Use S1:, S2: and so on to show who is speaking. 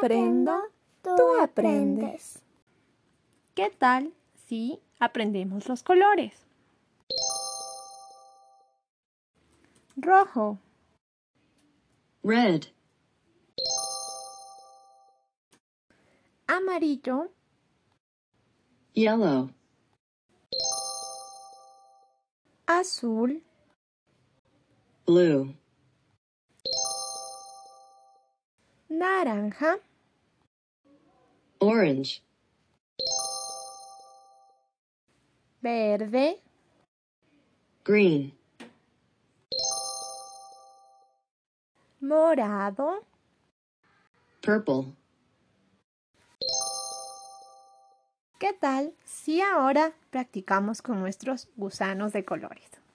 S1: aprendo, tú aprendes.
S2: ¿Qué tal si aprendemos los colores? Rojo,
S3: red,
S2: amarillo,
S3: yellow,
S2: azul,
S3: blue,
S2: naranja,
S3: orange,
S2: verde,
S3: green,
S2: morado,
S3: purple,
S2: ¿Qué tal si ahora practicamos con nuestros gusanos de colores?